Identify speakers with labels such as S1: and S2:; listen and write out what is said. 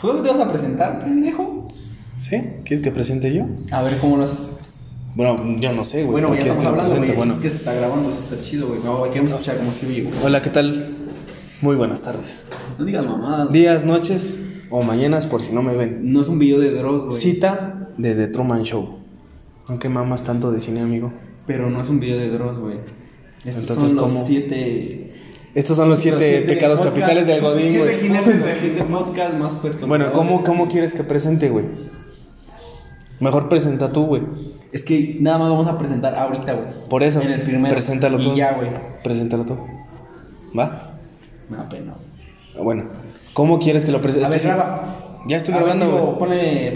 S1: ¿Tú te vas a presentar, pendejo?
S2: ¿Sí? ¿Quieres que presente yo?
S1: A ver cómo lo haces.
S2: Bueno, yo no sé, güey.
S1: Bueno,
S2: ¿Tú
S1: ya estamos
S2: quieres que lo
S1: hablando, güey.
S2: presente?
S1: Es que se está grabando, eso está chido, güey. Vamos, Queremos escuchar como si oye, güey.
S2: Bueno. Hola, ¿qué tal? Muy buenas tardes.
S1: No digas mamadas.
S2: Días, noches o mañanas por si no me ven.
S1: No es un video de Dross, güey.
S2: Cita de The Truman Show. Aunque mamas tanto de cine, amigo.
S1: Pero no es un video de Dross, güey. Estos
S2: Entonces,
S1: son los
S2: ¿cómo?
S1: siete...
S2: Estos son los siete,
S1: los siete
S2: pecados
S1: podcast-
S2: capitales del Godín,
S1: siete
S2: güey.
S1: jinetes del- siete podcast más
S2: Bueno, ¿cómo, ¿cómo quieres que presente, güey? Mejor presenta tú, güey.
S1: Es que nada más vamos a presentar ahorita, güey.
S2: Por eso,
S1: En el primero.
S2: preséntalo tú.
S1: Y ya, güey.
S2: Preséntalo tú. ¿Va?
S1: Me da pena.
S2: Bueno, ¿cómo quieres que lo presente?
S1: A ver,
S2: Es que sí.
S1: graba.
S2: Ya estoy
S1: A ver,
S2: grabando,
S1: digo,
S2: güey.
S1: Ponle